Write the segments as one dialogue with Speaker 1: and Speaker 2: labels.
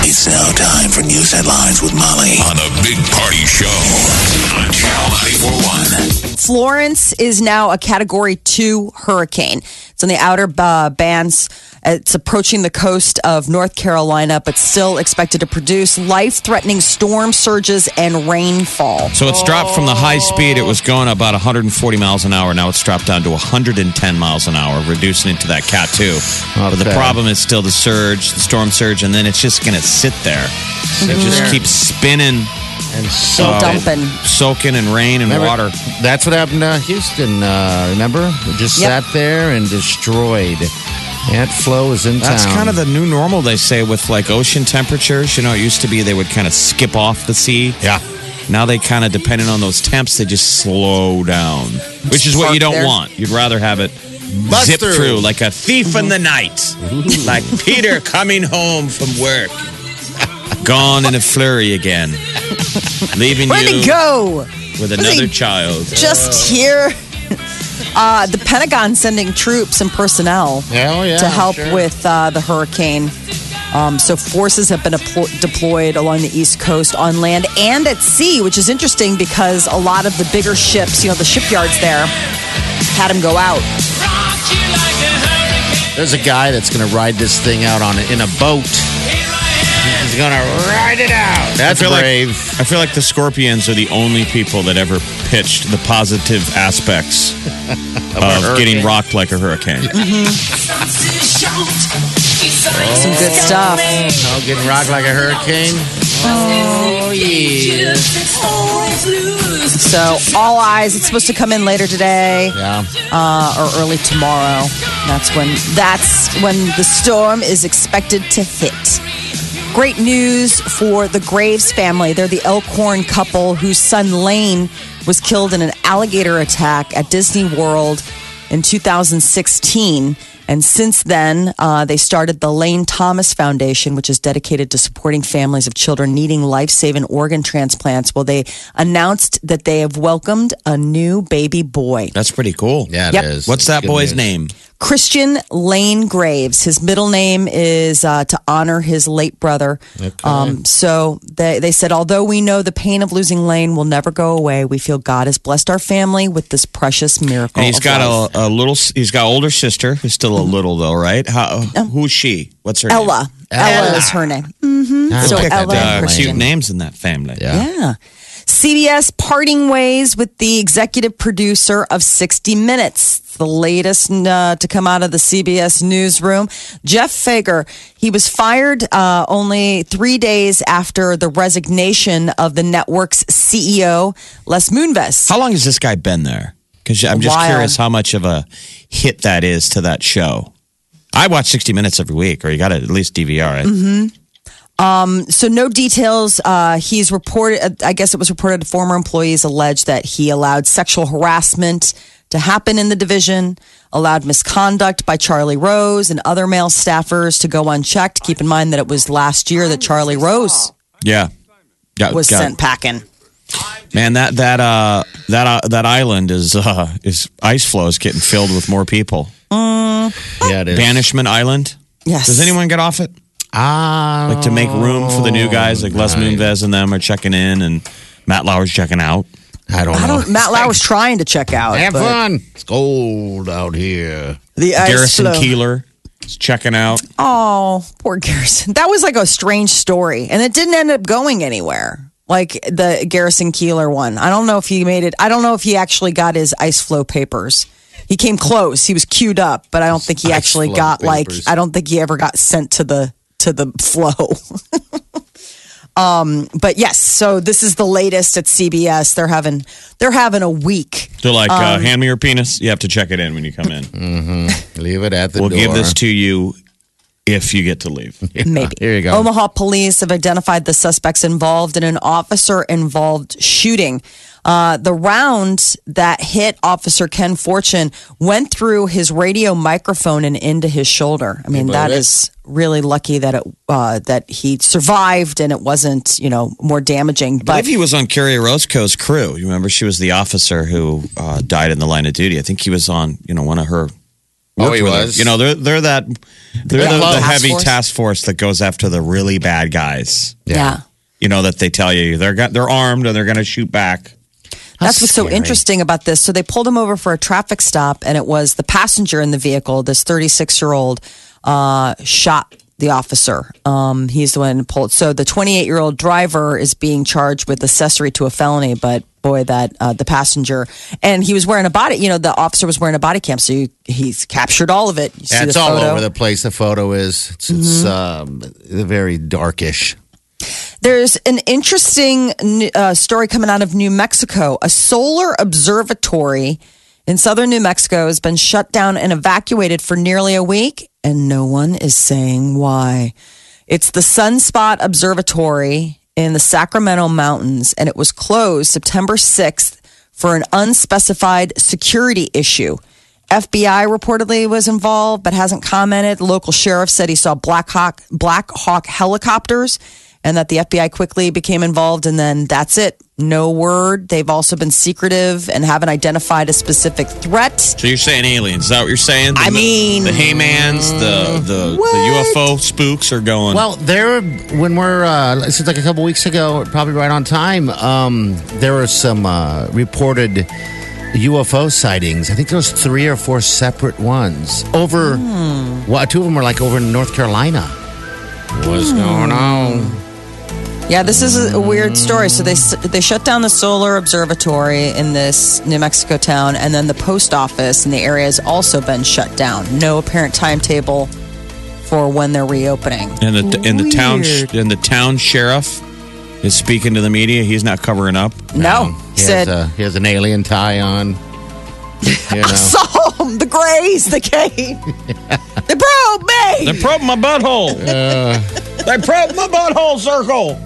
Speaker 1: It's now time for news headlines with Molly on the Big Party Show on Channel 941.
Speaker 2: Florence is now a Category 2 hurricane. It's on the outer uh, bands. It's approaching the coast of North Carolina, but still expected to produce life threatening storm surges and rainfall.
Speaker 3: So it's dropped from the high speed it was going about 140 miles an hour. Now it's dropped down to 110 miles an hour, reducing it to that Cat 2. But the
Speaker 4: Okay.
Speaker 3: problem is still the surge, the storm surge, and then it's just going to sit there. It just
Speaker 4: there.
Speaker 3: keeps spinning,
Speaker 4: And so,
Speaker 2: Still dumping.
Speaker 3: soaking in rain and
Speaker 4: Remember-
Speaker 3: water.
Speaker 4: That's what happened to Houston. Uh, remember, it just
Speaker 2: Yep.
Speaker 4: sat there and destroyed. That flow is in
Speaker 3: That's
Speaker 4: town.
Speaker 3: kind of the new normal, they say, with like ocean temperatures. You know, it used to be they would kind of skip off the sea.
Speaker 4: yeah.
Speaker 3: Now they kind of, depending on those temps, they just slow down, which is what you don't
Speaker 2: Park there.
Speaker 3: want. You'd rather have it
Speaker 4: Bust
Speaker 3: zip
Speaker 4: through.
Speaker 3: through like a thief in the night, like Peter coming home from work, gone in a flurry again, leaving
Speaker 2: Where'd
Speaker 3: you
Speaker 2: it go?
Speaker 3: with
Speaker 2: he-
Speaker 3: another child.
Speaker 2: Just here. Uh, the Pentagon sending troops and personnel
Speaker 4: Oh, yeah,
Speaker 2: to help
Speaker 4: sure.
Speaker 2: with uh, the hurricane. Um, so forces have been deplo- deployed along the East Coast on land and at sea, which is interesting because a lot of the bigger ships, you know, the shipyards there, had them go out.
Speaker 4: There's a guy that's going to ride this thing out on in a boat. He's going to ride it out.
Speaker 3: I
Speaker 4: That's
Speaker 3: feel
Speaker 4: brave.
Speaker 3: Like, I feel like the Scorpions are the only people that ever pitched the positive aspects of getting rocked like a hurricane.
Speaker 2: Some good stuff.
Speaker 4: oh, getting rocked like a hurricane. Oh yeah.
Speaker 2: So all eyes. It's supposed to come in later today
Speaker 4: Yeah.
Speaker 2: uh, or early tomorrow. That's when that's when the storm is expected to hit. Great news for the Graves family. They're the Elkhorn couple whose son Lane was killed in an alligator attack at Disney World in 2016. And since then, uh, they started the Lane Thomas Foundation, which is dedicated to supporting families of children needing life saving organ transplants. Well, they announced that they have welcomed a new baby boy.
Speaker 3: That's pretty cool.
Speaker 4: Yeah, it
Speaker 2: Yep.
Speaker 4: is.
Speaker 3: What's that
Speaker 4: Good
Speaker 3: boy's
Speaker 4: news. Oh,
Speaker 3: name?
Speaker 2: Christian Lane Graves. His middle name is uh, to honor his late brother. Um, so they, they said, although we know the pain of losing Lane will never go away, we feel God has blessed our family with this precious miracle.
Speaker 3: And he's
Speaker 2: of
Speaker 3: got
Speaker 2: life."
Speaker 3: a, a little. He's got older sister who's still a little though, right? How, who's she? What's her name?
Speaker 2: Ella. Ella. is her name.
Speaker 4: I
Speaker 2: So
Speaker 4: like that
Speaker 2: Ella
Speaker 4: dog
Speaker 2: and
Speaker 3: Uh,
Speaker 4: name.
Speaker 3: cute names in that family.
Speaker 4: Yeah.
Speaker 2: Yeah. CBS parting ways with the executive producer of 60 Minutes, the latest uh, to come out of the CBS newsroom. Jeff Fager, he was fired uh, only three days after the resignation of the network's CEO, Les Moonves.
Speaker 3: How long has this guy been there? Because I'm just
Speaker 2: while.
Speaker 3: curious how much of a hit that is to that show. I watch 60 Minutes every week, or you got to at least DVR it.
Speaker 2: Mm-hmm. So no details. Uh, he's reported. I guess it was reported. Former employees alleged that he allowed sexual harassment to happen in the division, allowed misconduct by Charlie Rose and other male staffers to go unchecked. Keep in mind that it was last year that Charlie Rose
Speaker 3: Yeah. Yeah,
Speaker 2: was
Speaker 3: yeah.
Speaker 2: sent packing.
Speaker 3: Man, that that uh that uh, that island is uh is ice flow is getting filled with more people.
Speaker 4: Yeah, it is.
Speaker 3: Banishment Island.
Speaker 2: Yes.
Speaker 3: Does anyone get off it?
Speaker 2: Oh.
Speaker 4: Ah.
Speaker 3: Like to make room for the new guys, like Les Moonves and them are checking in, and Matt Lauer's checking out.
Speaker 4: I don't know.
Speaker 2: I don't. Matt Lauer's trying to check out.
Speaker 4: Have
Speaker 2: but
Speaker 4: fun. It's cold out here.
Speaker 2: The ice
Speaker 3: Garrison
Speaker 2: flow.
Speaker 3: Keeler is checking out.
Speaker 2: Oh, poor Garrison. That was like a strange story, and it didn't end up going anywhere. Like the Garrison Keeler one. I don't know if he made it. I don't know if he actually got his ice flow papers. He came close. He was queued up, but I don't think he
Speaker 4: Ice
Speaker 2: actually
Speaker 4: flow
Speaker 2: got
Speaker 4: papers.
Speaker 2: like. I don't think he ever got sent to the to the flow. um, but yes, so this is the latest at CBS. They're having they're having a week.
Speaker 3: They're like,
Speaker 2: Um,
Speaker 3: uh, hand me your penis. You have to check it in when you come in.
Speaker 4: Leave it at the
Speaker 3: We'll
Speaker 4: door.
Speaker 3: give this to you if you get to leave.
Speaker 2: Maybe.
Speaker 4: Here you go.
Speaker 2: Omaha police have identified the suspects involved in an officer involved shooting. Uh, the round that hit Officer Ken Fortune went through his radio microphone and into his shoulder. I mean, that
Speaker 4: it?
Speaker 2: is really lucky that it uh, that he survived and it wasn't you know more damaging.
Speaker 3: I
Speaker 2: But
Speaker 3: believe he was on Carrie Roscoe's crew. You remember she was the officer who uh, died in the line of duty. I think he was on, you know, one of her.
Speaker 4: Oh, he
Speaker 3: worked with her.
Speaker 4: was?
Speaker 3: You know, they're they're that they're
Speaker 4: Yeah,
Speaker 3: the,
Speaker 4: well,
Speaker 3: the
Speaker 4: task
Speaker 3: heavy
Speaker 2: force.
Speaker 3: task force that goes after the really bad guys.
Speaker 2: yeah.
Speaker 3: You know that they tell you they're got, they're armed and they're going to shoot back.
Speaker 2: That's what's so
Speaker 4: scary.
Speaker 2: interesting about this. So they pulled him over for a traffic stop, and it was the passenger in the vehicle, this 36 year old, uh, shot the officer. Um, he's the one who pulled. So the 28 year old driver is being charged with accessory to a felony, but boy, that uh, the passenger and he was wearing a body. You know, the officer was wearing a body cam, so you, he's captured all of it. You
Speaker 4: Yeah,
Speaker 2: see
Speaker 4: it's
Speaker 2: the
Speaker 4: all
Speaker 2: photo. Mm-hmm.
Speaker 4: over the place. The photo is it's, it's um, very darkish.
Speaker 2: There's an interesting uh, story coming out of New Mexico. A solar observatory in southern New Mexico has been shut down and evacuated for nearly a week, and no one is saying why. It's the Sunspot Observatory in the Sacramento Mountains, and it was closed September 6th for an unspecified security issue. FBI reportedly was involved but hasn't commented. The local sheriff said he saw Black Hawk Black Hawk helicopters and that the FBI quickly became involved and then that's it. No word. They've also been secretive and haven't identified a specific threat.
Speaker 3: So you're saying aliens? Is that what you're saying? The,
Speaker 2: I mean-
Speaker 3: the Haymans, the the, the UFO spooks are going.
Speaker 4: Well, there when we're uh, it seems like a couple weeks ago, probably right on time. Um, there were some uh, reported UFO sightings. I think there was three or four separate ones over.
Speaker 2: Hmm.
Speaker 4: Well, two of them were like over in North Carolina. What's
Speaker 2: Hmm.
Speaker 4: going on?
Speaker 2: Yeah, this is a weird story. So they s- they shut down the solar observatory in this New Mexico town and then the post office in the area has also been shut down. No apparent timetable for when they're reopening.
Speaker 3: and the and the town sh-
Speaker 2: Weird.
Speaker 3: and the town sheriff is speaking to the media. He's not covering up.
Speaker 2: No.
Speaker 4: He,
Speaker 2: Said,
Speaker 4: has, a, he has an alien tie on. You know.
Speaker 2: saw 'em, the grays, the cane. they broke
Speaker 3: They
Speaker 2: me.
Speaker 3: probed my butthole. they probed my butthole circle.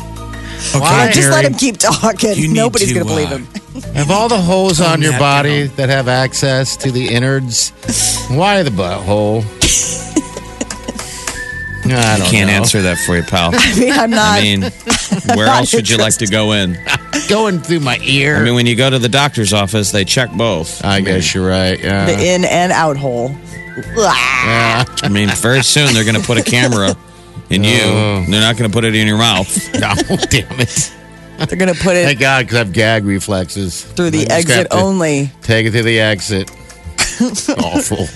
Speaker 3: Okay,
Speaker 4: Why?
Speaker 2: Just let
Speaker 4: Harry.
Speaker 2: him keep talking.
Speaker 3: You need
Speaker 2: Nobody's
Speaker 3: to,
Speaker 2: going to believe
Speaker 3: uh,
Speaker 2: him.
Speaker 4: Of all the holes on your
Speaker 3: that
Speaker 4: body that have access to the innards, why the butthole? I don't
Speaker 3: Can't
Speaker 4: know.
Speaker 3: answer that for you, pal.
Speaker 2: I mean, I'm not.
Speaker 3: I mean, where else would you like to go in?
Speaker 4: Going through my ear.
Speaker 3: I mean, when you go to the doctor's office, they check both.
Speaker 4: I guess you're right. Yeah.
Speaker 3: uh,
Speaker 2: the in and out hole.
Speaker 4: Yeah.
Speaker 3: I mean, very soon they're going to put a camera in you. They're not going to put it in your mouth.
Speaker 4: No, Oh, damn it.
Speaker 2: They're going to put it
Speaker 4: Thank God, because I have gag reflexes.
Speaker 2: through
Speaker 4: I
Speaker 2: the
Speaker 4: just
Speaker 2: exit
Speaker 4: have to
Speaker 2: only.
Speaker 4: Take it through the exit. Awful.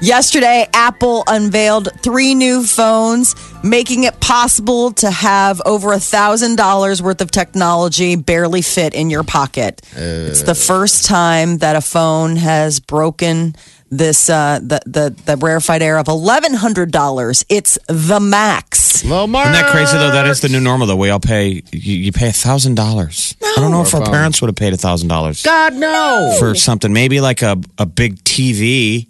Speaker 2: Yesterday, Apple unveiled three new phones, making it possible to have over a thousand dollars worth of technology barely fit in your pocket. it's the first time that a phone has broken this uh, the, the the rarefied air of eleven hundred dollars. It's the max.
Speaker 4: Low mark.
Speaker 3: Isn't that crazy though? That is the new normal though. We all pay. You, you pay a thousand dollars. I don't know if our parents would have paid a thousand dollars
Speaker 4: God, no.
Speaker 3: for something. Maybe like a a big TV.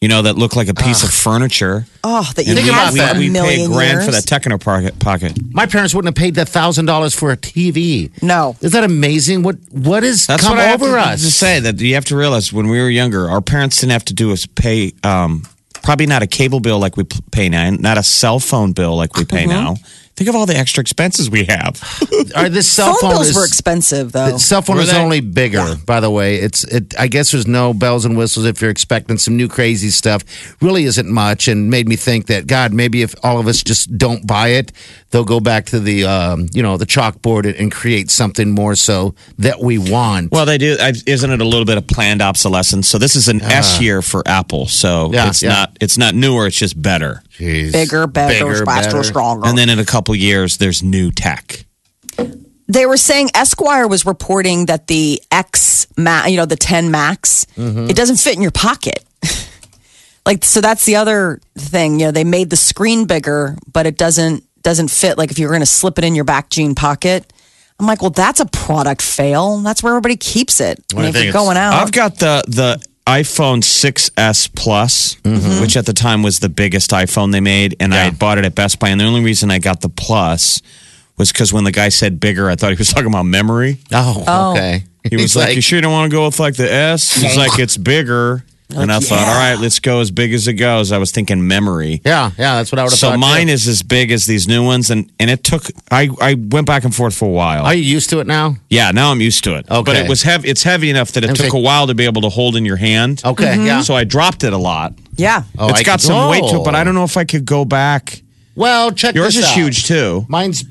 Speaker 3: You know that looked like a piece of furniture.
Speaker 2: Oh, that you
Speaker 4: Think
Speaker 2: had
Speaker 4: about
Speaker 3: we,
Speaker 2: for
Speaker 4: that.
Speaker 2: a
Speaker 3: we pay a
Speaker 2: million
Speaker 3: grand
Speaker 2: years.
Speaker 3: for that tech in our pocket. pocket.
Speaker 4: My parents wouldn't have paid that thousand dollars for a TV.
Speaker 2: No.
Speaker 4: Is that amazing? What What is
Speaker 3: That's
Speaker 4: come
Speaker 3: what I
Speaker 4: over
Speaker 3: have to,
Speaker 4: us?
Speaker 3: to say that you have to realize when we were younger, our parents didn't have to do is pay um, probably not a cable bill like we p- pay now, not a cell phone bill like we pay
Speaker 2: Mm-hmm.
Speaker 3: now. Think of all the extra expenses we have.
Speaker 4: Are this cell
Speaker 2: Phone
Speaker 4: phone
Speaker 2: bills
Speaker 4: is-
Speaker 2: were expensive though.
Speaker 4: The cell phone
Speaker 3: Were
Speaker 4: is
Speaker 3: they?
Speaker 4: only bigger, by the way. It's it. I guess there's no bells and whistles if you're expecting some new crazy stuff. Really, isn't much, and made me think that God, maybe if all of us just don't buy it, they'll go back to the um, you know the chalkboard and, and create something more so that we want.
Speaker 3: Well, they do. I- Isn't it a little bit of planned obsolescence? So this is an S year for Apple. So
Speaker 4: Uh. Yeah,
Speaker 3: it's
Speaker 4: yeah.
Speaker 3: not it's not newer. It's just better.
Speaker 4: Jeez.
Speaker 2: Bigger, better,
Speaker 4: Bigger,
Speaker 2: faster,
Speaker 4: better.
Speaker 2: stronger.
Speaker 3: And then in a couple years, there's new tech.
Speaker 2: they were saying Esquire was reporting that the X, ma- you know, the 10 Max, it doesn't fit in your pocket. like, so that's the other thing. You know, they made the screen bigger, but it doesn't doesn't fit. Like, if you're going to slip it in your back jean pocket, I'm like, well, that's a product fail. That's where everybody keeps it. I mean,
Speaker 4: I
Speaker 2: if
Speaker 4: think
Speaker 2: you're
Speaker 4: it's-
Speaker 2: going out,
Speaker 3: I've got the the iPhone 6S Plus, which at the time was the biggest iPhone they made, and I
Speaker 4: Mm-hmm. Yeah.
Speaker 3: had bought it at Best Buy. And the only reason I got the Plus was because when the guy said bigger, I thought he was talking about memory.
Speaker 4: Oh,
Speaker 2: Oh.
Speaker 4: okay.
Speaker 3: He was
Speaker 4: He's
Speaker 3: like, "You sure you don't want to go with like the S?" He's like, "It's bigger." And I thought, "All right, let's go as big as it goes." I was thinking memory.
Speaker 4: Yeah, yeah, that's what I would have
Speaker 3: So
Speaker 4: thought.
Speaker 3: mine
Speaker 4: too.
Speaker 3: is as big as these new ones, and and it took. I I went back and forth for a while.
Speaker 4: Are you used to it now?
Speaker 3: yeah, now I'm used to it. but
Speaker 4: Okay.
Speaker 3: it was heavy. It's heavy enough that it
Speaker 4: I'm
Speaker 3: took
Speaker 4: saying-
Speaker 3: a while to be able to hold in your hand.
Speaker 4: Okay,
Speaker 2: Mm-hmm.
Speaker 4: yeah.
Speaker 3: So I dropped it a lot.
Speaker 2: Yeah.
Speaker 4: Oh,
Speaker 3: it's
Speaker 4: I
Speaker 3: got
Speaker 4: can-
Speaker 3: some weight to it, but I
Speaker 4: Oh.
Speaker 3: don't know if I could go back.
Speaker 4: Well, check
Speaker 3: Yours
Speaker 4: this
Speaker 3: is
Speaker 4: out.
Speaker 3: huge too.
Speaker 4: Mine's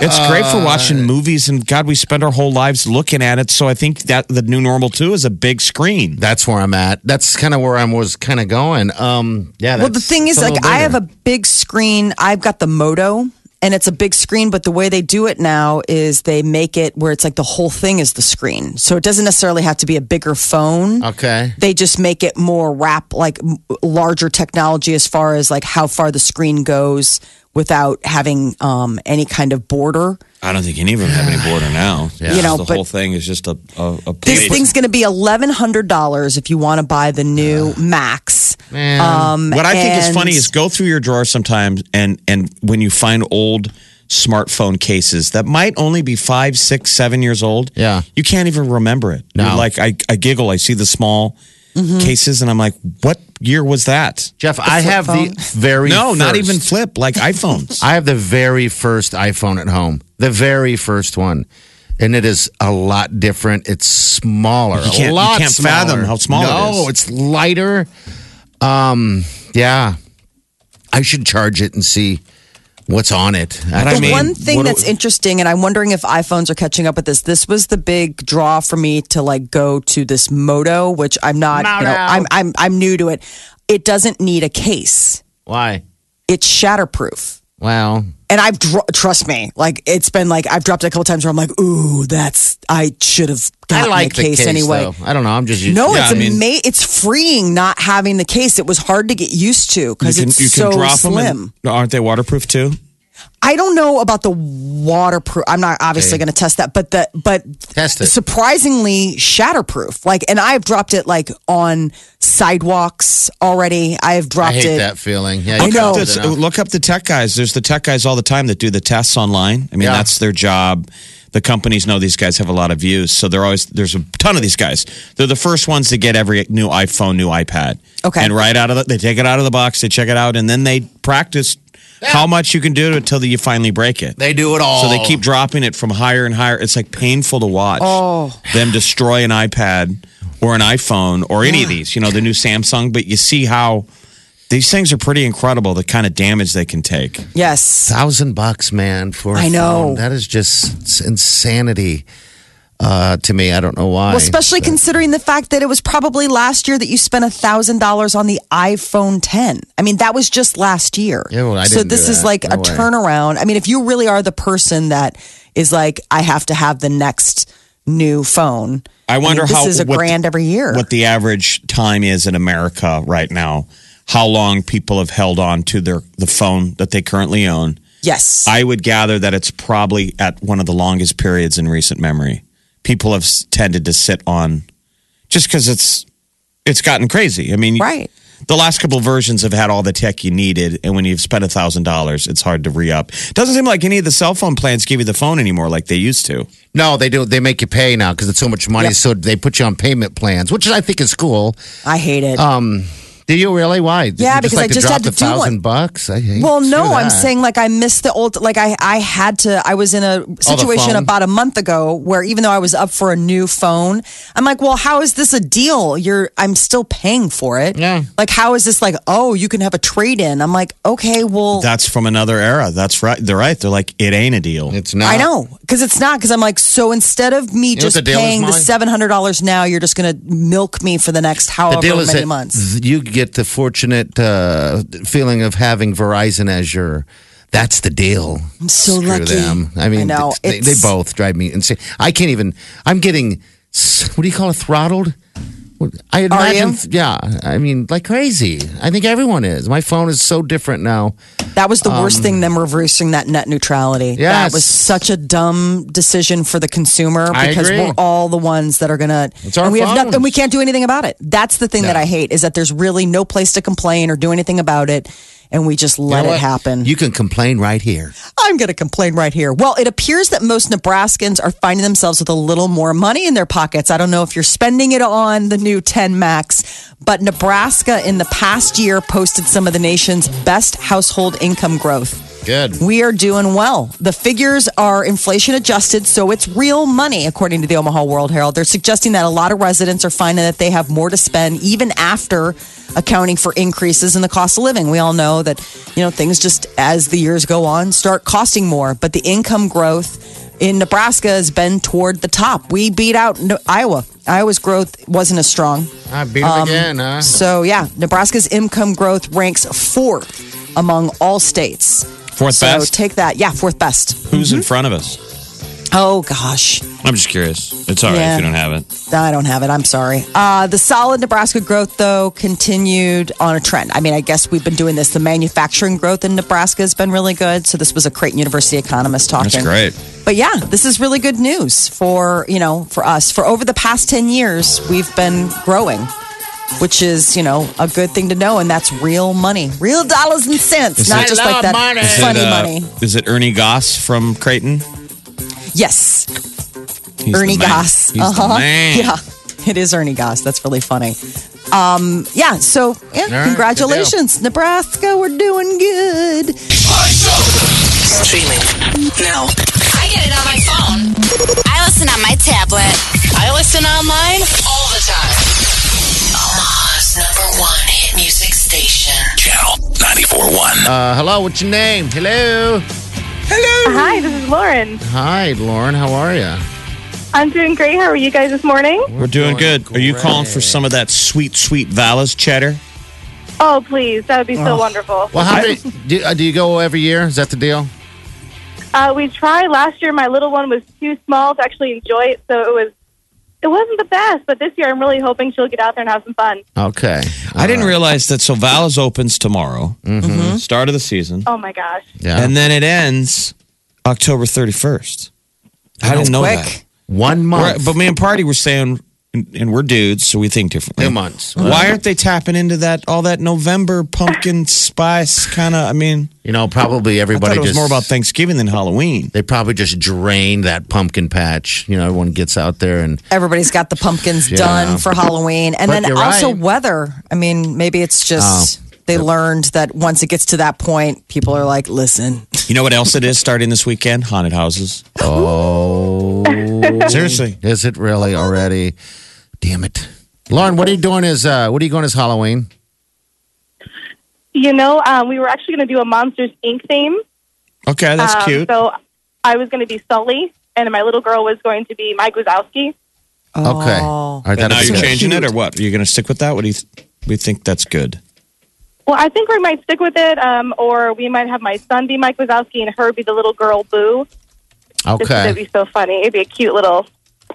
Speaker 3: It's great for
Speaker 4: Uh,
Speaker 3: watching movies, and God, we spend our whole lives looking at it. So I think that the new normal too is a big screen.
Speaker 4: that's where I'm at. That's kind of where I was kind of going. Um, yeah.
Speaker 2: Well, the
Speaker 4: that's-
Speaker 2: thing is,
Speaker 4: it's a
Speaker 2: like,
Speaker 4: little
Speaker 2: I have a
Speaker 4: bigger.
Speaker 2: big screen. I've got the Moto, and it's a big screen. But the way they do it now is they make it where it's like the whole thing is the screen. So it doesn't necessarily have to be a bigger phone.
Speaker 4: okay.
Speaker 2: They just make it more wrap, like m- larger technology as far as like how far the screen goes without having um, any kind of border.
Speaker 3: I don't think any of them have any border now.
Speaker 4: Yeah.
Speaker 2: You know,
Speaker 3: the
Speaker 2: but-
Speaker 3: whole thing is just a a, a
Speaker 2: This
Speaker 3: plate.
Speaker 2: thing's going to be eleven hundred dollars if you want to buy the new Max.
Speaker 4: Man.
Speaker 2: Um,
Speaker 3: What I think is
Speaker 2: and-
Speaker 3: funny is go through your drawer sometimes, and and when you find old smartphone cases that might only be five, six, seven years old,
Speaker 4: Yeah.
Speaker 3: you can't even remember it.
Speaker 4: No.
Speaker 3: You're like I, I giggle, I see the small
Speaker 2: Mm-hmm.
Speaker 3: cases, and I'm like, what year was that?
Speaker 4: Jeff, I have the very
Speaker 3: no, not
Speaker 4: first-
Speaker 3: even flip like iPhones.
Speaker 4: I have the very first iPhone at home, the very first one, and it is a lot different. It's smaller,
Speaker 3: You can't-
Speaker 4: a
Speaker 3: you
Speaker 4: lot
Speaker 3: can't
Speaker 4: smaller.
Speaker 3: fathom how small it
Speaker 4: no,
Speaker 3: is.
Speaker 4: it's lighter. Um, yeah, I should charge it and see what's on it.
Speaker 3: But
Speaker 4: I,
Speaker 3: I
Speaker 2: The
Speaker 3: mean,
Speaker 2: one thing
Speaker 3: what do-
Speaker 2: that's interesting, and I'm wondering if iPhones are catching up with this. This was the big draw for me to like go to this Moto, which I'm not. You know, I'm I'm I'm new to it. It doesn't need a case.
Speaker 4: why?
Speaker 2: It's shatterproof.
Speaker 4: Well,
Speaker 2: And I've dro- trust me, like it's been like I've dropped it a couple times where I'm like, ooh, that's I should have
Speaker 4: I
Speaker 2: gotten
Speaker 4: like
Speaker 2: a case, anyway.
Speaker 4: though. I don't know. I'm just used
Speaker 2: No,
Speaker 4: to it.
Speaker 3: Yeah,
Speaker 2: it's
Speaker 3: I mean-
Speaker 2: ama- it's freeing not having the case. It was hard to get used to
Speaker 3: you
Speaker 2: because
Speaker 3: can,
Speaker 2: it's
Speaker 3: you can
Speaker 2: so
Speaker 3: drop
Speaker 2: slim.
Speaker 3: them. And, aren't they waterproof too?
Speaker 2: I don't know about the waterproof. I'm not obviously
Speaker 4: Okay.
Speaker 2: going to test that, but the but
Speaker 4: Test it.
Speaker 2: surprisingly shatterproof. Like, and I've dropped it like on sidewalks already. I have
Speaker 4: I
Speaker 2: dropped
Speaker 4: hate
Speaker 2: it.
Speaker 4: that feeling. Yeah,
Speaker 3: Look
Speaker 4: you
Speaker 3: Up
Speaker 2: know.
Speaker 4: don't
Speaker 3: the,
Speaker 4: know.
Speaker 3: look up the tech guys. There's the tech guys all the time that do the tests online. I mean,
Speaker 4: Yeah.
Speaker 3: that's their job. The companies know these guys have a lot of views, so they're always there's a ton of these guys. They're the first ones to get every new iPhone, new iPad.
Speaker 2: Okay.
Speaker 3: and right out of the, they take it out of the box, they check it out, and then they practice how much you can do to it until you finally break it.
Speaker 4: They do it all.
Speaker 3: So they keep dropping it from higher and higher. It's like painful to watch them destroy an iPad or an iPhone or any of these, you know, the new Samsung. But you see how these things are pretty incredible, the kind of damage they can take.
Speaker 2: Yes.
Speaker 4: thousand bucks, man. For a
Speaker 2: I know.
Speaker 4: phone. that is just insanity uh, to me. I don't know why.
Speaker 2: Well, especially considering the fact that it was probably last year that you spent a thousand dollars on the iPhone 10. I mean, that was just last year.
Speaker 4: Yeah, well, I
Speaker 2: so
Speaker 4: didn't do
Speaker 2: this is
Speaker 4: that.
Speaker 2: like a
Speaker 4: No way.
Speaker 2: turnaround. I mean, if you really are the person that is like, I have to have the next new phone.
Speaker 3: I wonder
Speaker 2: mean, this
Speaker 3: how
Speaker 2: is a
Speaker 3: what-
Speaker 2: grand every year.
Speaker 3: What the average time is in America right now, how long people have held on to their the phone that they currently own.
Speaker 2: yes.
Speaker 3: I would gather that it's probably at one of the longest periods in recent memory. People have s- tended to sit on just because it's it's gotten crazy. I mean,
Speaker 2: Right.
Speaker 3: The last couple versions have had all the tech you needed, and when you've spent a thousand dollars, it's hard to re up. Doesn't seem like any of the cell phone plans give you the phone anymore like they used to.
Speaker 4: no, they do. They make you pay now because it's so much money. So they put you on payment plans, which I think is cool.
Speaker 2: I hate it.
Speaker 4: Um, Do you really? Why? Did
Speaker 2: Yeah,
Speaker 4: you
Speaker 2: because
Speaker 4: like
Speaker 2: I just
Speaker 4: to drop
Speaker 2: had to
Speaker 4: the
Speaker 2: do one.
Speaker 4: thousand bucks. I hate
Speaker 2: well,
Speaker 4: screw
Speaker 2: no, I'm
Speaker 4: that.
Speaker 2: saying like I missed the old like I I had to I was in a situation
Speaker 4: phone?
Speaker 2: about a month ago where even though I was up for a new phone, I'm like, well, how is this a deal? You're I'm still paying for it.
Speaker 4: Yeah.
Speaker 2: Like how is this like, oh, you can have a trade in? I'm like, okay, well
Speaker 3: That's from another era. That's right. They're right. They're like, it ain't a deal.
Speaker 4: it's not.
Speaker 2: I know because it's not because I'm like so instead of me
Speaker 4: know what
Speaker 2: just
Speaker 4: the deal is,
Speaker 2: paying the
Speaker 4: Molly?
Speaker 2: seven hundred dollars now, you're just gonna milk me for the next however
Speaker 4: The deal is
Speaker 2: many
Speaker 4: that
Speaker 2: months.
Speaker 4: th- you get the fortunate uh, feeling of having Verizon as your. That's the deal. I'm
Speaker 2: so
Speaker 4: Screw
Speaker 2: lucky.
Speaker 4: Them. I mean,
Speaker 2: I know,
Speaker 4: it's- they, they
Speaker 2: it's-
Speaker 4: both drive me insane. I can't even. I'm getting. s- What do you call it? Throttled. I imagine,
Speaker 2: you?
Speaker 4: yeah. I mean, like crazy. I think everyone is. My phone is so different now.
Speaker 2: That was the worst thing, them reversing that net neutrality. That
Speaker 4: Um, Yes.
Speaker 2: was such a dumb decision for the consumer
Speaker 4: I
Speaker 2: because
Speaker 4: agree.
Speaker 2: we're all the ones that are going to.
Speaker 4: It's our
Speaker 2: and we have
Speaker 4: phones.
Speaker 2: nothing. We can't do anything about it. That's the thing that
Speaker 4: No.
Speaker 2: I hate is that there's really no place to complain or do anything about it. And we just let
Speaker 4: You know
Speaker 2: it
Speaker 4: what?
Speaker 2: happen.
Speaker 4: You can complain right here.
Speaker 2: I'm going to complain right here. Well, it appears that most Nebraskans are finding themselves with a little more money in their pockets. I don't know if you're spending it on the new 10 Max, but Nebraska in the past year posted some of the nation's best household income growth.
Speaker 4: Good.
Speaker 2: We are doing well. The figures are inflation adjusted, so it's real money, according to the Omaha World Herald. They're suggesting that a lot of residents are finding that they have more to spend even after accounting for increases in the cost of living. We all know that, you know, things just as the years go on start costing more, but the income growth in Nebraska has been toward the top. We beat out No- Iowa. Iowa's growth wasn't as strong.
Speaker 4: I beat him
Speaker 2: um,
Speaker 4: again, huh?
Speaker 2: So, yeah, Nebraska's income growth ranks fourth among all states.
Speaker 3: Fourth
Speaker 2: so
Speaker 3: best?
Speaker 2: take Mm-hmm. that. Yeah, fourth best.
Speaker 3: Who's in front of us?
Speaker 2: Oh, gosh.
Speaker 3: I'm just curious. It's all right
Speaker 2: Yeah.
Speaker 3: if you don't have it.
Speaker 2: I don't have it. I'm sorry. Uh, the solid Nebraska growth, though, continued on a trend. I mean, I guess we've been doing this. The manufacturing growth in Nebraska has been really good. So, this was a Creighton University economist talking.
Speaker 3: That's great.
Speaker 2: But yeah, this is really good news for, you know, for us. For over the past 10 years, we've been growing, which is, you know, a good thing to know and that's real money. Real dollars and cents,
Speaker 3: Is
Speaker 2: not
Speaker 3: it-
Speaker 2: just
Speaker 4: I
Speaker 2: like
Speaker 4: love
Speaker 2: that
Speaker 4: money. Is
Speaker 2: funny
Speaker 3: it, uh,
Speaker 2: money.
Speaker 3: Is it Ernie Goss from Creighton?
Speaker 2: Yes.
Speaker 3: He's the
Speaker 2: Ernie
Speaker 3: man.
Speaker 2: Goss. Uh-huh.
Speaker 3: He's the man.
Speaker 2: Yeah. It is Ernie Goss. That's really funny. Um, yeah, so yeah,
Speaker 4: right,
Speaker 2: congratulations, Nebraska. We're doing good.
Speaker 5: Streaming now.
Speaker 6: I get it on my phone. I listen on my tablet.
Speaker 5: I listen online all the time. Omaha's number one hit music station.
Speaker 1: Channel 94.1.
Speaker 4: Uh, hello, what's your name? Hello.
Speaker 7: Hi, this is Lauren.
Speaker 4: Hi, Lauren. How are you?
Speaker 7: I'm doing great. How are you guys this morning?
Speaker 3: We're doing
Speaker 4: doing
Speaker 3: good. Are you calling for
Speaker 4: great.
Speaker 3: some of that sweet, sweet Valas cheddar?
Speaker 7: Oh, please, that would be so wonderful.
Speaker 4: Well, how many, do, uh, do you go every year? Is that the deal?
Speaker 7: Uh, we tried last year. My little one was too small to actually enjoy it, so it was it wasn't the best. But this year, I'm really hoping she'll get out there and have some fun.
Speaker 4: Okay.
Speaker 3: I didn't realize that. So Valas opens tomorrow, Mm-hmm.
Speaker 2: Mm-hmm.
Speaker 3: start of the season,
Speaker 7: Oh my gosh!
Speaker 4: Yeah.
Speaker 3: and then it ends October 31st. I didn't know that.
Speaker 2: Quick.
Speaker 4: one
Speaker 3: We're-
Speaker 4: month.
Speaker 3: but me and Party were saying, and, and we're dudes, so we think differently.
Speaker 4: two months.
Speaker 3: Why aren't they tapping into that all that November pumpkin spice kind of? I mean,
Speaker 4: You know, probably everybody
Speaker 3: I thought it was
Speaker 4: just
Speaker 3: more about Thanksgiving than Halloween.
Speaker 4: they probably just drained that pumpkin patch. You know, everyone gets out there and
Speaker 2: Everybody's got the pumpkins
Speaker 4: Yeah.
Speaker 2: done for Halloween. And
Speaker 4: But
Speaker 2: then
Speaker 4: you're
Speaker 2: also
Speaker 4: right.
Speaker 2: weather. I mean, maybe it's
Speaker 3: Oh.
Speaker 2: just they learned that once it gets to that point, people are like, listen,
Speaker 3: You know what else it is starting this weekend? Haunted houses.
Speaker 4: oh,
Speaker 3: Seriously.
Speaker 4: is it really already? Damn it, Lauren. What are you doing? Is uh, what are you going as Halloween?
Speaker 7: You know, um, we were actually going to do a Monsters Inc. theme.
Speaker 3: Okay, that's
Speaker 7: um,
Speaker 3: cute.
Speaker 7: So I was going to be Sully, and my little girl was going to be Mike Wazowski.
Speaker 4: Okay,
Speaker 2: Oh.
Speaker 4: all right.
Speaker 3: And now
Speaker 4: That'll be
Speaker 3: you're
Speaker 4: good.
Speaker 3: changing it, or what? Are you going to stick with that? What do you? Th- we think that's good.
Speaker 7: Well, I think we might stick with it, um, or we might have my son be Mike Wazowski and her be the little girl Boo. Just 'cause
Speaker 4: Okay,
Speaker 7: It'd be so funny. It'd be a cute little,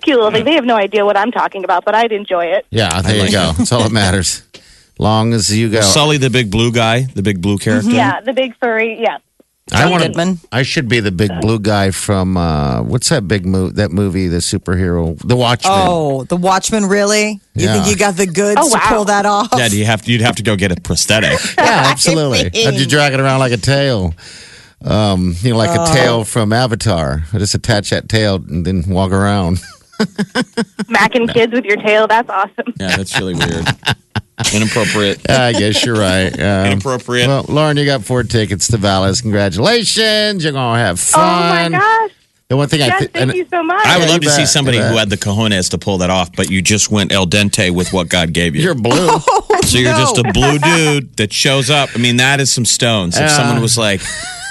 Speaker 7: cute little thing. They have no idea what I'm talking about, but I'd enjoy
Speaker 3: Mm-hmm.
Speaker 7: it.
Speaker 4: yeah. There you go. That's all that matters. Long as you go.
Speaker 3: Sully, the big blue guy, the big blue character.
Speaker 7: Yeah, the big furry. Yeah.
Speaker 4: I want
Speaker 2: Goodman.
Speaker 4: I should be the big blue guy from uh, what's that big movie? That movie, the superhero, The Watchmen.
Speaker 2: Oh, the Watchmen, really? You
Speaker 4: Yeah.
Speaker 2: think you got the goods
Speaker 7: Oh,
Speaker 2: to
Speaker 7: wow.
Speaker 2: pull that off?
Speaker 3: Yeah, you have to, you'd have to go get a prosthetic.
Speaker 4: yeah, absolutely. I'd be dragging around like a tail. Um, you know, like
Speaker 7: Oh.
Speaker 4: a tail from Avatar. I just attach that tail and then walk around.
Speaker 7: Macking kids with your tail. That's awesome.
Speaker 3: yeah, that's really weird. Inappropriate.
Speaker 4: I guess you're right. Um,
Speaker 3: Inappropriate.
Speaker 4: well, Lauren, you got four tickets to Valis. Congratulations. You're going to have
Speaker 7: Oh my
Speaker 4: fun.
Speaker 7: gosh.
Speaker 4: The one thing I
Speaker 7: Yes,
Speaker 4: thi-
Speaker 7: thank
Speaker 4: and-
Speaker 7: you so much.
Speaker 3: I would love to
Speaker 4: you
Speaker 3: see
Speaker 4: bet,
Speaker 3: somebody
Speaker 4: you
Speaker 3: who
Speaker 4: bet.
Speaker 3: had the cojones to pull that off, but you just went el dente with what God gave you.
Speaker 4: You're blue.
Speaker 7: Oh.
Speaker 3: so you're
Speaker 2: no.
Speaker 3: just a blue dude that shows up. I mean, that is some stones. If someone was like,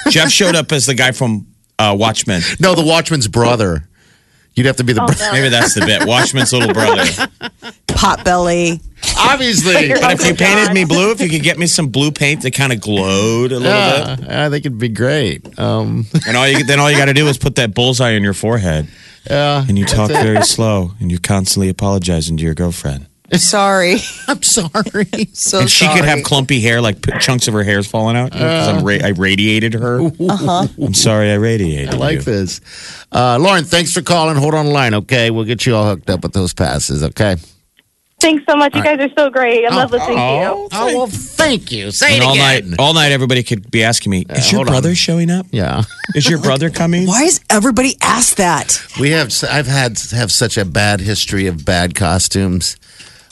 Speaker 3: Jeff showed up as the guy from uh, Watchmen.
Speaker 4: no, the Watchman's brother. You'd have to
Speaker 7: Oh,
Speaker 4: be the brother.
Speaker 3: Maybe that's the bit. Watchmen's little brother.
Speaker 2: Potbelly.
Speaker 4: Obviously.
Speaker 7: You're
Speaker 3: But if you
Speaker 7: Uncle
Speaker 3: painted
Speaker 7: John.
Speaker 3: me blue, if you could get me some blue paint that kind of glowed a little
Speaker 4: Yeah, I think it'd be great. Um,
Speaker 3: bit, and all you then all you got to do is put that bullseye on your forehead,
Speaker 4: yeah.
Speaker 3: and you talk very slow, and you're constantly apologizing to your girlfriend.
Speaker 2: Sorry.
Speaker 4: I'm sorry.
Speaker 2: So
Speaker 3: and she
Speaker 2: sorry.
Speaker 3: could have clumpy hair, like p- chunks of her hair's falling out. Because I'm ra- I radiated her. I'm sorry, I radiated.
Speaker 4: I like
Speaker 3: you.
Speaker 4: this. Uh, Lauren, thanks for calling. Hold on the line, okay? We'll get you all hooked up with those passes, okay?
Speaker 7: Thanks so much. You guys are so great. I love listening to
Speaker 3: Oh,
Speaker 7: you.
Speaker 4: Oh, well, thank you. Say
Speaker 3: and all night, all night, everybody could be asking me, "Is your
Speaker 4: hold on.
Speaker 3: brother showing up?
Speaker 4: Yeah.
Speaker 3: Is your brother coming?"
Speaker 2: Why is everybody asked that?
Speaker 4: We have, I've had, have such a bad history of bad costumes.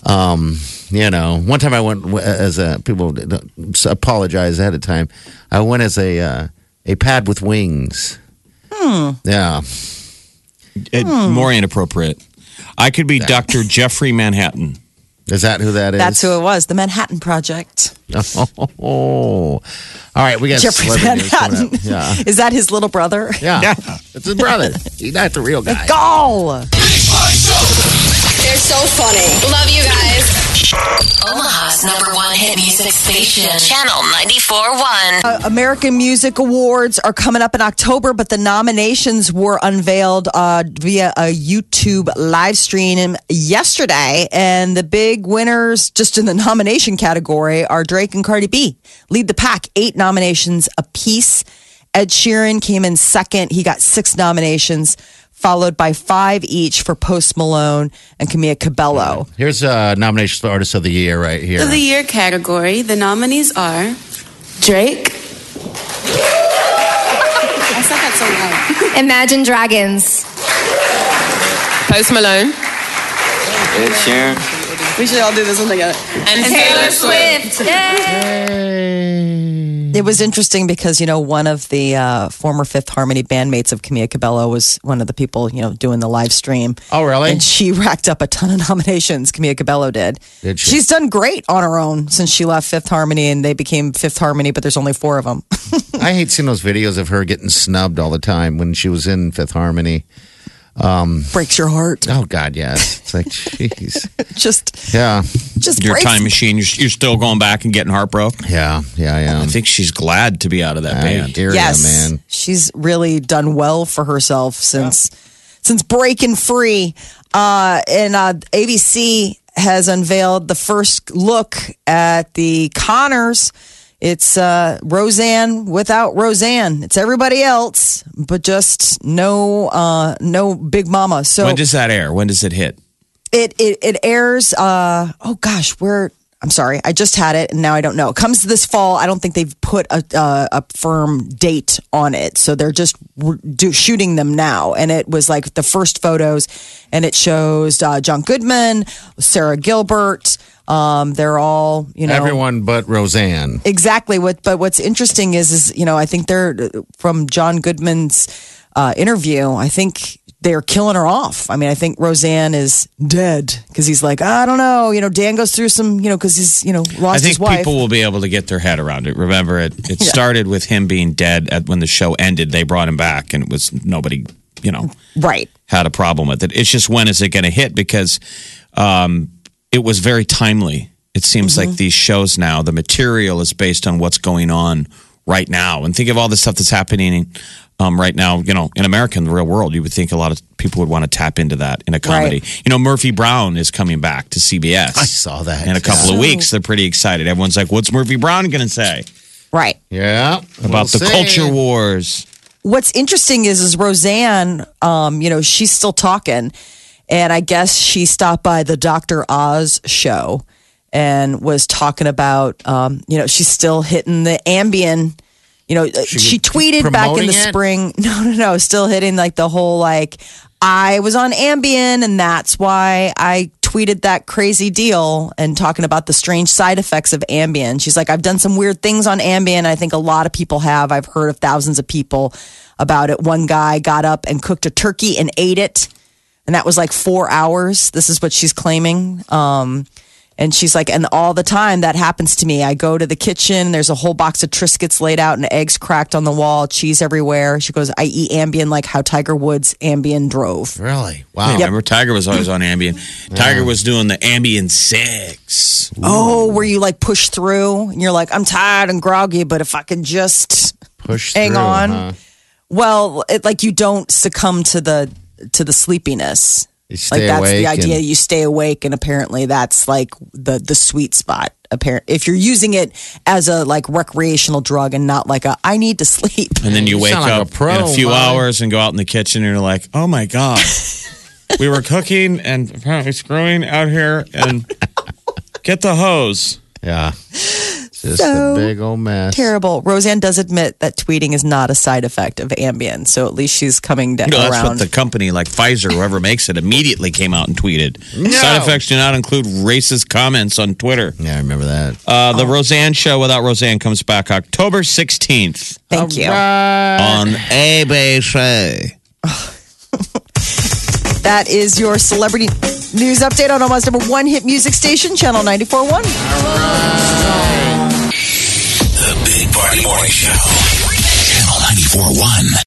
Speaker 4: Um, you know, one time I went w- as a, people uh, apologize ahead of time. I went as a, uh, a pad with wings. Yeah.
Speaker 3: It- More inappropriate. I could be Dr. Jeffrey Manhattan.
Speaker 4: Is that who that is?
Speaker 2: That's who it was. The Manhattan Project.
Speaker 4: Oh, all right. We got
Speaker 2: Jeffrey
Speaker 4: celebrity news coming
Speaker 2: Manhattan.
Speaker 4: up. Yeah.
Speaker 2: Is that his little brother?
Speaker 4: Yeah. It's his brother. He's not the real guy.
Speaker 2: Goal.
Speaker 6: They're so funny. Love you guys.
Speaker 5: Omaha's number one hit music station. Channel 94.1.
Speaker 2: Uh, American Music Awards are coming up in October, but the nominations were unveiled uh, via a YouTube live stream yesterday. And the big winners, just in the nomination category, are Drake and Cardi B. Lead the pack, eight nominations apiece. Ed Sheeran came in second. He got six nominations, followed by five each for Post Malone and Camila Cabello.
Speaker 4: Here's uh, nominations for Artist of the Year right here.
Speaker 8: of the year category, the nominees are Drake. I said that so loud.
Speaker 9: Imagine Dragons.
Speaker 8: Post Malone.
Speaker 10: Ed Sheeran.
Speaker 8: We should all do this one together. And, Taylor Swift.
Speaker 2: It was interesting because you know one of the uh, former Fifth Harmony bandmates of Camila Cabello was one of the people you know doing the live stream.
Speaker 4: Oh, really?
Speaker 2: And she racked up a ton of nominations. Camila Cabello did.
Speaker 4: Did she?
Speaker 2: She's done great on her own since she left Fifth Harmony and they became Fifth Harmony, but there's only four of them.
Speaker 4: I hate seeing those videos of her getting snubbed all the time when she was in Fifth Harmony.
Speaker 2: breaks your heart.
Speaker 4: Oh, God, yes. It's like, jeez.
Speaker 2: Just,
Speaker 4: Yeah.
Speaker 2: just
Speaker 3: Your
Speaker 2: breaks.
Speaker 3: time machine. You're, you're still going back and getting heartbroken.
Speaker 4: Yeah. Yeah, I am.
Speaker 3: I think she's glad to be out of that
Speaker 4: I
Speaker 3: band.
Speaker 4: hear
Speaker 2: Yes,
Speaker 4: ya, man.
Speaker 2: She's really done well for herself since since breaking free. Uh, and uh, ABC has unveiled the first look at the Connors. It's uh, Roseanne without Roseanne. It's everybody else, but just no uh, no Big Mama. So
Speaker 3: When does that air? When does it hit?
Speaker 2: it it, it airs uh oh gosh where i'm sorry i just had it and now i don't know it comes this fall i don't think they've put a uh, a firm date on it so they're just r- do, shooting them now and it was like the first photos and it shows uh, john goodman sarah gilbert um, they're all you know
Speaker 4: Everyone but Roseanne.
Speaker 2: Exactly. What but what's interesting is is you know I think they're from John Goodman's uh, interview. I think they're killing her off. I mean, I think Roseanne is dead because he's like I don't know. You know, Dan goes through some you know because he's you know lost
Speaker 3: I think
Speaker 2: his wife.
Speaker 3: people will be able to get their head around it. Remember, it it started with him being dead at, when the show ended. They brought him back, and it was nobody, you know,
Speaker 2: right.
Speaker 3: had a problem with it. It's just when is it going to hit? Because um, it was very timely. It seems
Speaker 4: Mm-hmm.
Speaker 3: like these shows now, the material is based on what's going on right now. And think of all the stuff that's happening um, right now, you know, in America, in the real world. You would think a lot of people would want to tap into that in a comedy. You know, Murphy Brown is coming back to CBS
Speaker 4: I saw that.
Speaker 3: in a couple
Speaker 4: yeah.
Speaker 3: of weeks. They're pretty excited. Everyone's like, "What's Murphy Brown going to say
Speaker 2: Right.
Speaker 4: Yeah.
Speaker 3: about the
Speaker 4: We'll see.
Speaker 3: culture wars?"
Speaker 2: what's interesting is is Roseanne, um, you know, she's still talking, and I guess she stopped by the Doctor Oz show and was talking about, um, you know, she's still hitting the Ambien. You know, she, tweeted back in the
Speaker 4: promoting it?
Speaker 2: spring. No, no, no, still hitting like the whole like I was on Ambien and that's why I tweeted that crazy deal and talking about the strange side effects of Ambien. She's like, I've done some weird things on Ambien. I think a lot of people have. I've heard of thousands of people about it. One guy got up and cooked a turkey and ate it. And that was like four hours. This is what she's claiming. Um, and she's like, and all the time that happens to me. I go to the kitchen, there's a whole box of Triscuits laid out and eggs cracked on the wall, cheese everywhere. She goes, I eat Ambien like how Tiger Woods Ambien drove.
Speaker 4: Really? Wow.
Speaker 3: Remember, Tiger was always on Ambien. Tiger was doing the Ambien Six.
Speaker 2: Oh, where you like push through and you're like, I'm tired and groggy, but if I can just
Speaker 4: Push
Speaker 2: hang
Speaker 4: through,
Speaker 2: on.
Speaker 4: huh?
Speaker 2: Well, it, like you don't succumb to the to the sleepiness.
Speaker 4: You stay
Speaker 2: Like that's the
Speaker 4: awake
Speaker 2: idea.
Speaker 4: and-
Speaker 2: you stay awake, and apparently that's like the the sweet spot. Apparent if you're using it as a like recreational drug and not like a I need to sleep.
Speaker 3: And then you,
Speaker 4: You
Speaker 3: wake
Speaker 4: sound like
Speaker 3: up
Speaker 4: a pro,
Speaker 3: in a few
Speaker 4: Molly.
Speaker 3: hours and go out in the kitchen and you're like, oh my God. we were cooking and apparently screwing out here and get the hose.
Speaker 4: Yeah. Just
Speaker 2: So
Speaker 4: a big old mess.
Speaker 2: Terrible. Roseanne does admit that tweeting is not a side effect of Ambien, so at least she's coming down
Speaker 3: No, that's
Speaker 2: around.
Speaker 3: what the company like Pfizer, whoever makes it, immediately came out and tweeted. Side effects do not include racist comments on Twitter.
Speaker 4: Yeah, I remember that.
Speaker 3: Uh, the Roseanne show without Roseanne comes back October 16th
Speaker 2: Thank you.
Speaker 4: Uh,
Speaker 3: on ABC.
Speaker 2: That is your celebrity news update on Omaha's number one hit music station, Channel 94.1.
Speaker 1: The Big Party Morning Show. Channel 941.